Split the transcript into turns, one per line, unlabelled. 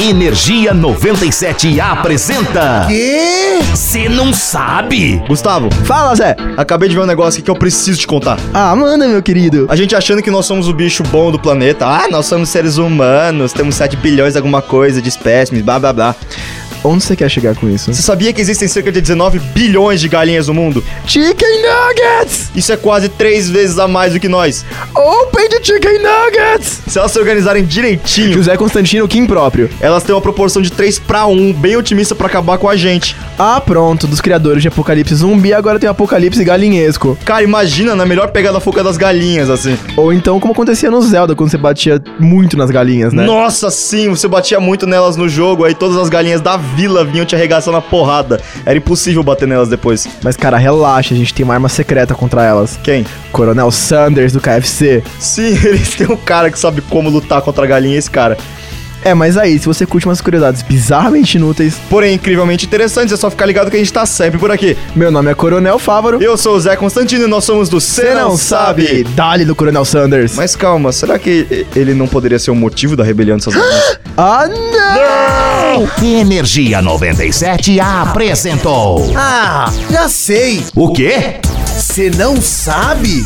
Energia 97 apresenta.
Quê?
Você não sabe?
Gustavo, fala Zé. Acabei de ver um negócio aqui que eu preciso te contar.
Ah, manda, meu querido.
A gente achando que nós somos o bicho bom do planeta. Ah, nós somos seres humanos, temos 7 bilhões de alguma coisa de espécimes, blá blá blá.
Onde você quer chegar com isso?
Você sabia que existem cerca de 19 bilhões de galinhas no mundo?
Chicken Nuggets!
Isso é quase 3 vezes a mais do que nós.
Open the Chicken Nuggets!
Se elas se organizarem direitinho,
José Constantino, Kim próprio.
elas têm uma proporção de 3 pra 1, bem otimista pra acabar com a gente.
Ah, pronto, dos criadores de Apocalipse Zumbi, agora tem o Apocalipse Galinhesco.
Cara, imagina na melhor pegada foca das galinhas, assim.
Ou então, como acontecia no Zelda, quando você batia muito nas galinhas, né?
Nossa, sim, você batia muito nelas no jogo, aí todas as galinhas da vila vinham te arregaçando a porrada. Era impossível bater nelas depois.
Mas, cara, relaxa, a gente tem uma arma secreta contra elas.
Quem?
Coronel Sanders, do KFC.
Sim, eles têm um cara que sabe como lutar contra a galinha, esse cara.
É, mas aí, se você curte umas curiosidades bizarramente inúteis,
Porém, incrivelmente interessantes, é só ficar ligado que a gente tá sempre por aqui.
meu nome é Coronel Fávaro.
Eu sou o Zé Constantino e nós somos do Cê Não Sabe.
Dali do Coronel Sanders.
Mas calma, será que e- ele não poderia ser o motivo da rebelião dessas galinhas?
Ah, não!
É Energia 97 apresentou.
Ah, já sei.
O quê?
Você não sabe?